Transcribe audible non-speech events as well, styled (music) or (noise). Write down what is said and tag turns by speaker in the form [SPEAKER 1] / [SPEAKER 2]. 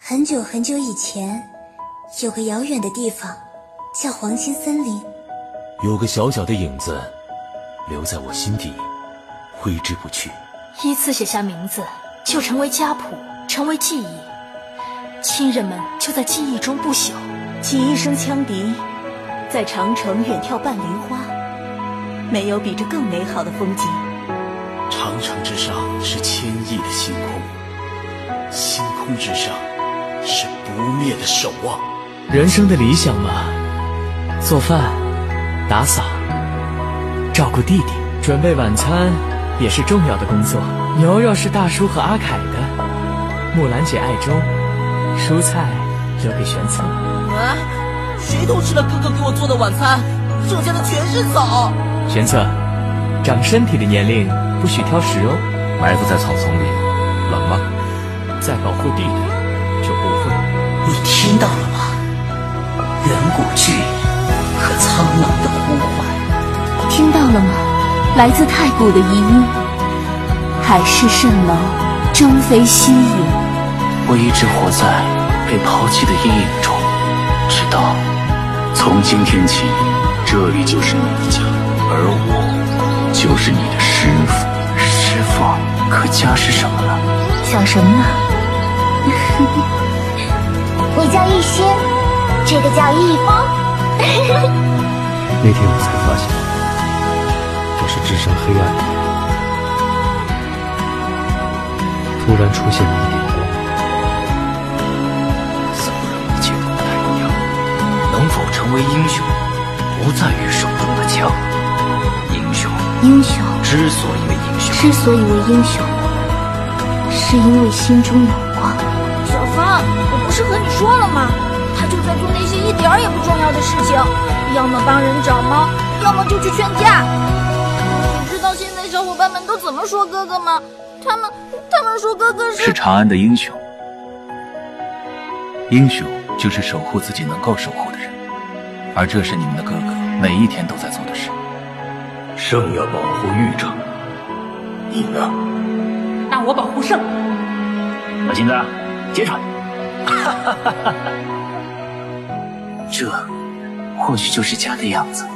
[SPEAKER 1] 很久很久以前，有个遥远的地方，叫黄金森林。
[SPEAKER 2] 有个小小的影子，留在我心底，挥之不去。
[SPEAKER 3] 依次写下名字，就成为家谱，成为记忆。亲人们就在记忆中不朽。
[SPEAKER 4] 起一声羌笛，在长城远眺半林花，没有比这更美好的风景。
[SPEAKER 5] 长城之上是千亿的星空，星空之上是不灭的守望。
[SPEAKER 6] 人生的理想嘛，做饭、打扫、照顾弟弟、准备晚餐，也是重要的工作。牛肉是大叔和阿凯的，木兰姐爱粥，蔬菜留给玄策。
[SPEAKER 7] 啊！谁偷吃了哥哥给我做的晚餐？剩下的全是草。
[SPEAKER 6] 玄策，长身体的年龄不许挑食哦。
[SPEAKER 8] 埋伏在草丛里，冷吗？
[SPEAKER 6] 在保护弟弟，就不会。
[SPEAKER 7] 你听到了吗？远古巨人和苍狼的呼唤。
[SPEAKER 9] 听到了吗？来自太古的遗音。海市蜃楼，终非虚影。
[SPEAKER 5] 我一直活在被抛弃的阴影中。知道，从今天起，这里就是你的家，而我就是你的师傅。师傅，可家是什么呢？
[SPEAKER 9] 想什么呢？啊
[SPEAKER 7] (laughs)
[SPEAKER 10] 我叫一心，这个叫一方。
[SPEAKER 8] 那天我才发现，我是置身黑暗里。突然出现你的脸。
[SPEAKER 5] 能否成为英雄，不在于手中的枪。英雄，
[SPEAKER 9] 英雄
[SPEAKER 5] 之所以为英雄，
[SPEAKER 9] 之所以为英雄，是因为心中有光。
[SPEAKER 11] 小芳，我不是和你说了吗？他就在做那些一点儿也不重要的事情，要么帮人找猫，要么就去劝架。嗯你知道现在小伙伴们都怎么说哥哥吗？他们，他们说哥哥
[SPEAKER 5] 是长安的英雄，英雄。就是守护自己能够守护的人，而这是你们的哥哥每一天都在做的事。
[SPEAKER 8] 圣要保护玉城，你呢？
[SPEAKER 12] 那我保护圣。
[SPEAKER 5] 小心子，接 (laughs) 上。这或许就是家的样子。